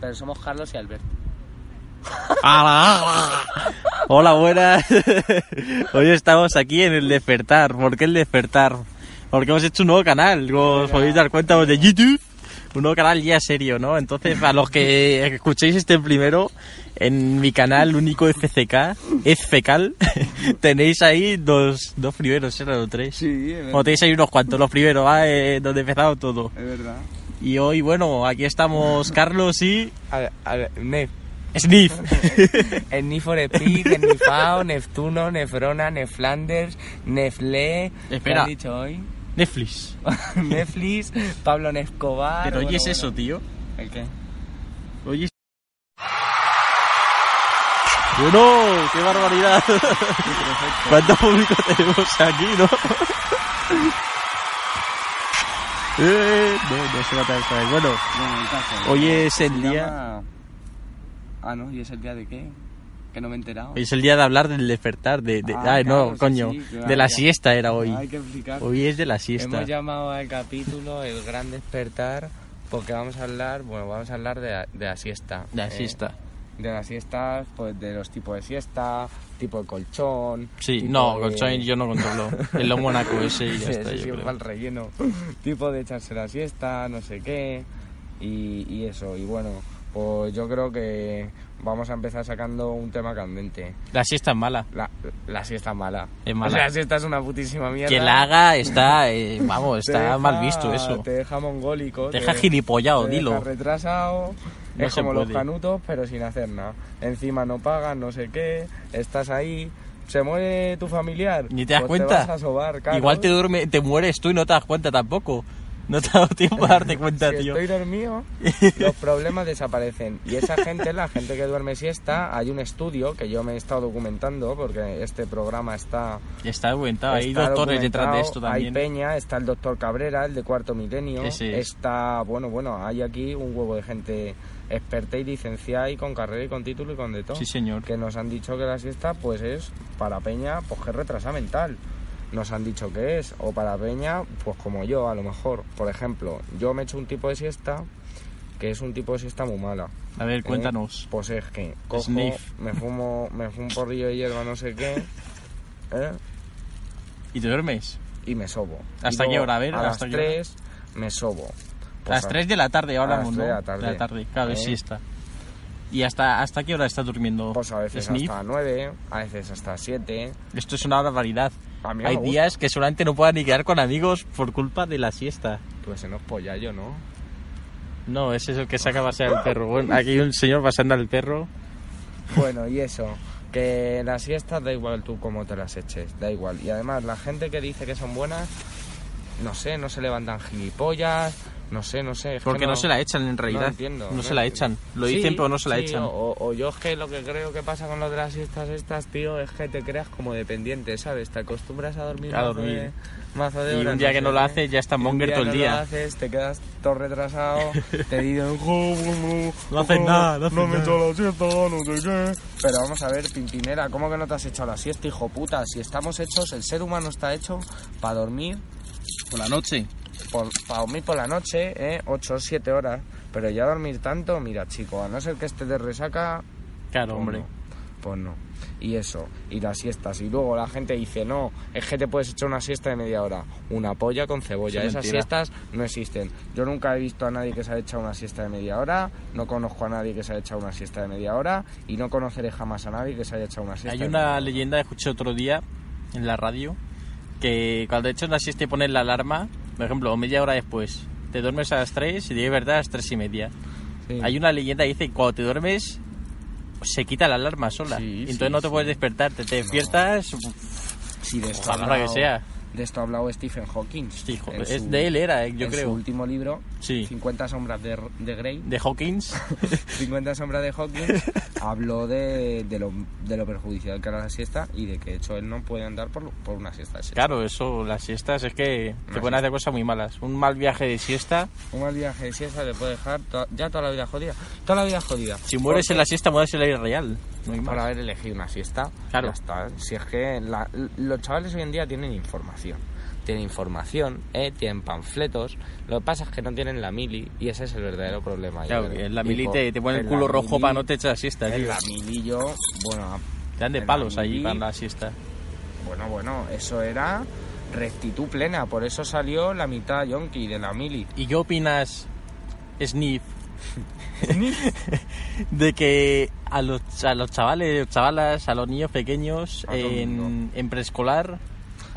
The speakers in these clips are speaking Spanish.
pero somos Carlos y Alberto. ¡Hala, hala! Hola, buenas. Hoy estamos aquí en el despertar. ¿Por qué el despertar? Porque hemos hecho un nuevo canal, como os podéis dar cuenta de YouTube. Un nuevo canal ya serio, ¿no? Entonces, a los que escuchéis este primero, en mi canal único FCK, es fecal, tenéis ahí dos, dos primeros, eran los tres. Sí, es Bueno, verdad. tenéis ahí unos cuantos, los primeros, ah, eh, donde he empezado todo. Es verdad. Y hoy, bueno, aquí estamos Carlos y A ver, a ver, Nef. Sniff. El Nifor Epic, el Nifao, Neptuno, Nefrona, Neflanders, Nefle. ¿qué Espera. has dicho hoy? Netflix. Neflis, Pablo Nescobar. Pero bueno, oyes bueno. eso, tío. ¿El qué? Oyes. Bueno, qué barbaridad. ¿Cuánto público tenemos aquí, no? Eh, no, no se va a tener que ver. Bueno, Bueno, el caso. hoy es Se el día. llama- Ah, no, ¿y es el día de qué? Que no me he enterado. Hoy es el día de hablar del despertar, de, de- Ah, ay, no, claro, sí, coño, sí, claro, de la ya. siesta era hoy. Hay que explicar. Hoy es de la siesta. Hemos llamado al capítulo El Gran Despertar porque vamos a hablar, bueno, vamos a hablar de la, de la siesta. De la Eh, siesta. de las siestas, pues de los tipos de siesta, tipo de colchón. Sí, tipo no, de- colchón yo no controlo. El lomo monaco ese y Sí, ya está, sí, sí, yo creo. va al relleno. tipo de echarse la siesta, no sé qué. Y, y eso, y bueno, pues yo creo que vamos a empezar sacando un tema candente. La siesta es mala. La, la siesta es mala. Es mala. O sea, la siesta es una putísima mierda. Quien la haga está, eh, vamos, Te está deja- mal visto eso. Te deja mongólico. Te deja gilipollado, te dilo. deja retrasado. No es se como los puede. canutos, pero sin hacer nada. Encima no pagan, no sé qué. Estás ahí. Se muere tu familiar. Ni te das pues cuenta. vas a sobar, claro. Igual te duerme, te mueres tú y no te das cuenta tampoco. No te ha dado tiempo a darte cuenta, si tío. estoy dormido, los problemas desaparecen. Y esa gente, la gente que duerme siesta, hay un estudio que yo me he estado documentando porque este programa está Está documentado, hay Está doctores detrás de esto documentado, Hay también. Peña, está el doctor Cabrera, el de Cuarto Milenio. Ese es. Está, bueno, bueno, hay aquí un huevo de gente experta y licenciada y con carrera y con título y con de todo. Sí, señor. Que nos han dicho que la siesta, pues es para Peña, pues que es retrasada mental. Nos han dicho que es, o para Peña, pues como yo, a lo mejor. Por ejemplo, yo me he hecho un tipo de siesta que es un tipo de siesta muy mala. A ver, ¿eh? cuéntanos. Pues es que cojo, Sniff. me fumo, me fumo un porrillo de hierba, no sé qué, ¿eh? ¿Y te duermes? y me sobo. ¿Hasta Y luego, qué hora? A ver, a ¿hasta las qué hora? 3 me sobo. A las 3 de la tarde Pues a ahora las mismo, tres de la ¿no? tarde. claro, es Eh. siesta. ¿Y hasta, hasta qué hora estás durmiendo? Pues a veces Sniff? hasta 9, a veces hasta 7. Esto es una barbaridad. A mí no Hay me gusta. días que solamente no puedan ni quedar con amigos por culpa de la siesta. Pues se nos polla yo, ¿no? No, ese es el que saca a pasear al perro. Bueno, aquí hay un señor pasando al perro. Bueno, y eso, que las siestas da igual tú cómo te las eches, da igual. Y además, la gente que dice que son buenas, no sé, no se levantan gilipollas, no sé, no sé. es que Porque no se la echan en realidad. No entiendo. No se la entiendo. echan. Lo Sí, dicen, pero no se la sí, echan. O, o yo es que lo que creo que pasa con lo de las siestas estas, tío, es que te creas como dependiente, ¿sabes? Te acostumbras a dormir, A mazo dormir. de- mazo de Y horas, un día que sé no lo qué. haces, ya está Y un monger todo el no día. lo haces, te quedas todo retrasado, te digo, No haces nada, no haces No me he nada. hecho la siesta, no sé qué. pero vamos a ver, Pimpinera, ¿cómo que no te has echado la siesta, hijo puta? Si estamos hechos, el ser humano está hecho para dormir Por la noche. por, para dormir por la noche, ¿eh? 8 o 7 horas. Pero ya dormir tanto, mira, chico, a no ser que estés de resaca, Claro, pues hombre. no, Pues no. Y eso, y las siestas. Y luego la gente dice, no, es que te puedes echar una siesta de media hora. Una polla con cebolla. Eso Esas es mentira. siestas no existen. Yo nunca he visto a nadie que se haya echado una siesta de media hora. No conozco a nadie que se haya echado una siesta de media hora. Y no conoceré jamás a nadie que se haya echado una siesta. Hay de una media hora. leyenda que escuché otro día en la radio que cuando echas la siesta y pones la alarma, por ejemplo, media hora después, te duermes a las 3 y de verdad a las 3 y media. Sí. Hay una leyenda que dice que cuando te duermes se quita la alarma sola. Sí, Y sí, entonces no te sí. puedes despertar, te, te despiertas. Sí, de esto ha Ojalá que hablado- sea. De esto ha hablado Stephen Hawking. Sí, jo- en es su- de él era, eh, yo en creo. su último libro, Sí. 50 sombras de, de Grey. De Hawkins. 50 sombras de Hawkins habló de, de lo, de lo perjudicial que era la siesta y de que de hecho él no puede andar por, por una siesta. de siesta. Claro, eso, las siestas es que te Una pueden hacer cosas muy malas. Un mal viaje de siesta. Un mal viaje de siesta te puede dejar to- ya toda la vida jodida. Toda la vida jodida. Si mueres en la siesta, mueres en la vida real. No hay Por más. haber elegido una siesta, Claro. ¿eh? ya está. Si es que la- los chavales hoy en día tienen información. tienen información, ¿eh? tienen panfletos. Lo que pasa es que no tienen la mili y ese es el verdadero problema. yo Claro, creo. que en la mili Tipo, te, te ponen el en culo la rojo mili- para no te echar la siesta, En tío. la mili yo, bueno, Te dan de en la palos allí mili- para la siesta. bueno, bueno, eso era rectitud plena. Por eso salió la mitad yonki de la mili. ¿Y qué opinas, Sniff? de que a los, a los chavales, chavalas, a los niños pequeños A todo el en, mundo. en preescolar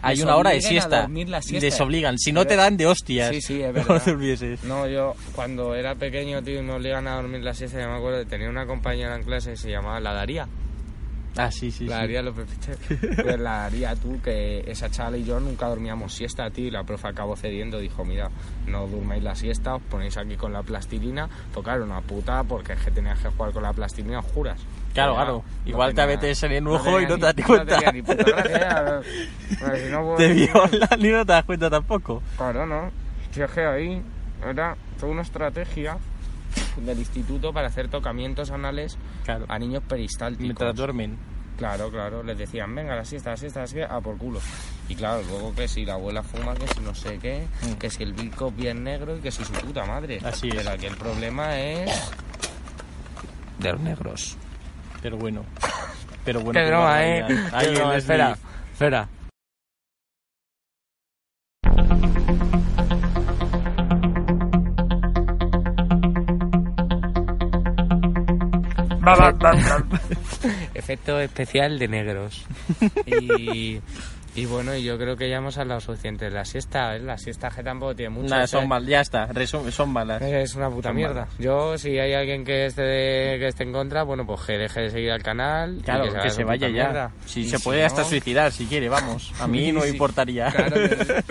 hay Les una hora de obliguen a siesta. dormir la siesta. Les obligan. Si Pero- no te dan de hostias. Sí, sí, es No verdad. te olvides. No, yo cuando era pequeño, tío, y me obligan a dormir la siesta, yo me acuerdo de tener una compañera en clase que se llamaba La Daría. Ah, sí, sí. la sí. Daría López Pichel. Pues la Daría tú, que esa chaval y yo nunca dormíamos siesta, tío, y la profe acabó cediendo, dijo, mira, no durmáis la siesta, os ponéis aquí con la plastilina, tocar una puta, porque es que tenías que jugar con la plastilina, os juras. Claro, Pero claro. no Igual te tenía- metes en el ojo y tenía no te das ni cuenta. No tenía ni puta gracia. Bueno, si no, pues- Te violan y no te das cuenta tampoco. Claro, no. Si es que ahí era toda una estrategia del instituto para hacer tocamientos anales Claro. a niños peristálticos. Mientras duermen. Claro, claro. Les decían, venga, la siesta, la siesta, la siesta, a por culo. Y claro, luego que si la abuela fuma, que si no sé qué, Mm. que si el bico bien negro y que si su puta madre. Así es. Pero aquí el problema es... De los negros. Pero bueno. Pero bueno. qué broma, ¿eh? Ahí Qué broma, espera, espera. Efecto especial de negros. Y, y bueno, y yo creo que ya hemos hablado suficiente de la siesta. ¿eh? La siesta que tampoco tiene mucho. Nada, o sea, son mal, ya está, resu- son malas. es una puta Son mierda. Yo, si hay alguien que esté, que esté en contra, bueno, pues que deje de seguir al canal. y Claro, que, haga se su vaya puta ya. mierda. Si Y se si puede hasta no- suicidar, si quiere, vamos. A mí Y no me si- importaría. claro que-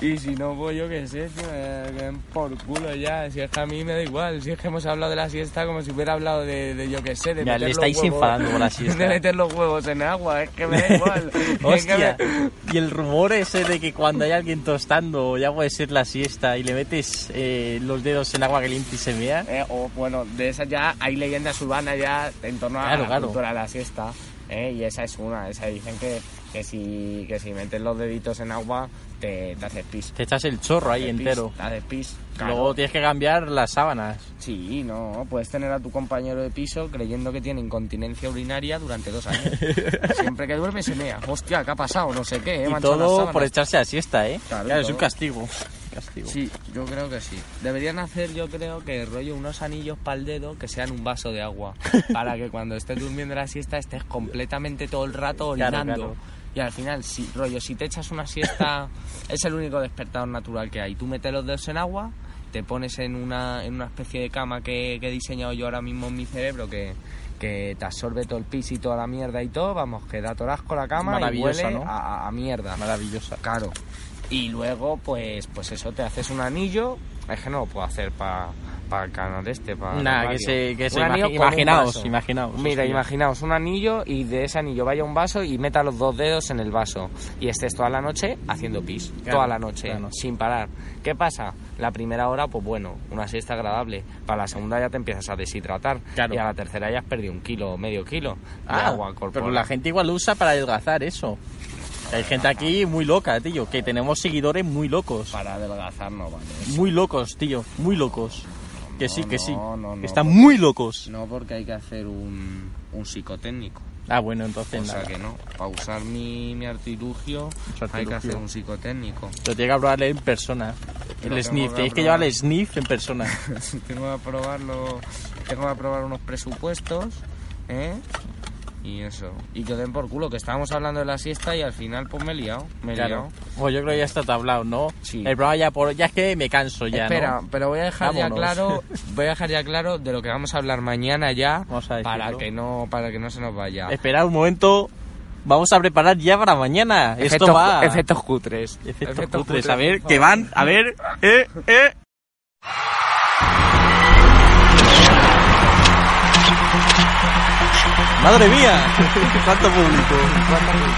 y si no, pues yo qué sé, tío, me- me den por culo ya. Si es que a mí me da igual. Si es que hemos hablado de la siesta como si hubiera hablado de, de yo qué sé, de Ya, meter le los estáis huevos- enfadando con la siesta. De meter los huevos en agua, es que me da igual. Es que Hostia, me- y el rumor ese de que cuando hay alguien tostando, ya puede ser la siesta, y le metes eh, los dedos en agua caliente y se mea. Eh, o bueno, de esas ya hay leyendas urbanas ya en torno a Claro, la claro. cultura de la siesta. ¿eh? Y esa es una, esa dicen que, que, si, que si metes los deditos en agua te, te haces pis. Te echas el chorro ahí Te haces pis, entero. Te haces pis. Claro. Luego tienes que cambiar las sábanas. Sí, no, puedes tener a tu compañero de piso creyendo que tiene incontinencia urinaria durante dos años. Siempre que duerme se mea. Hostia, ¿qué ha pasado? No sé qué, he y manchado las todo sábanas. por echarse a siesta, ¿eh? Claro, y es un todo. castigo. castigo. Sí, yo creo que sí. Deberían hacer, yo creo que rollo unos anillos para el dedo que sean un vaso de agua. para que cuando estés durmiendo la siesta estés completamente todo el rato Claro, orinando. claro. Y al final, si, rollo, si te echas una siesta, es el único despertador natural que hay. Tú metes los dedos en agua, te pones en una, en una especie de cama que, que he diseñado yo ahora mismo en mi cerebro que, que te absorbe todo el pis y toda la mierda y todo. Vamos, que da torasco la cama y Maravillosa, huele ¿no? a, a- a mierda. Maravillosa. Claro. Y luego, pues, pues eso, te haces un anillo. Es que no lo puedo hacer para el canal este, para. Nah, que se, que se imagi- imaginaos, imaginaos, imaginaos. Mira, hostia. imaginaos un anillo y de ese anillo vaya un vaso y meta los dos dedos en el vaso. Y estés toda la noche haciendo pis. Claro, toda la noche, claro. sin parar. ¿Qué pasa? La primera hora, pues bueno, una siesta agradable. Para la segunda ya te empiezas a deshidratar. Claro. Y a la tercera ya has perdido un kilo o medio kilo de Ah, agua corporal. pero la gente igual lo usa para adelgazar eso. Hay gente aquí muy loca, tío, que tenemos seguidores muy locos. Para adelgazar no vale. Muy locos, tío, muy locos. Que sí, no, que sí. no, no, que no, están porque- muy locos. No, porque hay que hacer un, un psicotécnico. Ah, bueno, O entonces sea nada. que no. Para usar mi, mi artilugio, Su hay que artilugio. hacer un psicotécnico. Lo tiene que probarle en persona. Lo el tengo sniff, que tenéis que probar. llevar el sniff en persona. tengo que aprobarlo. Tengo que aprobar unos presupuestos, ¿eh? Y eso. Y que den por culo, que estábamos hablando de la siesta y al final pues me he liado. Me he Claro. liado. Bueno, yo creo que ya está tablado, ¿no? Sí. El programa ya por. Ya es que me canso ya, Espera, ¿no? pero voy a dejar Vámonos. ya claro, voy a dejar ya claro de lo que vamos a hablar mañana ya Vamos a para decirlo. que no para que no se nos vaya. Esperad Ah. un momento. Vamos a preparar ya para mañana. Esto Efectos- va. efectos cutres. Efectos Efectos cutres. cutres, A ver, por que favor. van. A ver. Eh, eh. Madre mía, cuánto público.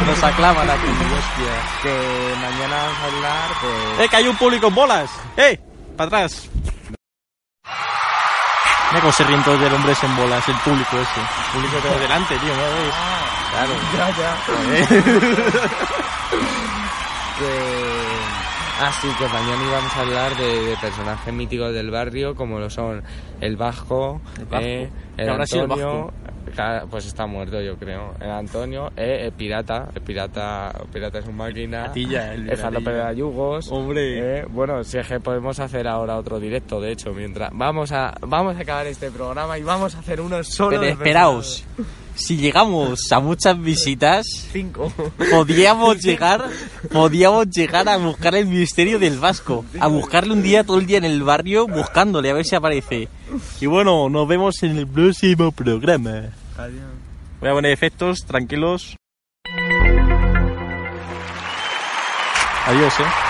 Nos aclaman aquí, hostia. que mañana vamos a hablar de... Eh, que hay un público en bolas. Eh, para atrás. Me cómo se ríen todos del hombre en bolas, el público ese. El público de delante, tío, ¿no ves? Ah, Claro. Ya, ya. Eh. Que... Así que mañana íbamos a hablar de, de personajes míticos del barrio, como lo son el Vasco, El Vasco. eh, ¿Qué el habrá sido el Antonio, Vasco? ca- pues está muerto yo creo, el Antonio, eh, el Pirata, el Pirata, el pirata es un máquina, Piratilla, el el Falope de piratilla. Ayugos, Hombre. eh, bueno, si es que podemos hacer ahora otro directo, de hecho, mientras vamos a vamos a acabar este programa y vamos a hacer uno solo. Pero de esperaos, si llegamos a muchas visitas, personajes. Cinco. podíamos llegar, podíamos llegar a buscar el misterio del Vasco, a buscarle un día todo el día en el barrio, buscándole a ver si aparece. Y bueno, nos vemos en el próximo programa. Adiós. Voy a poner efectos, tranquilos. Adiós, eh.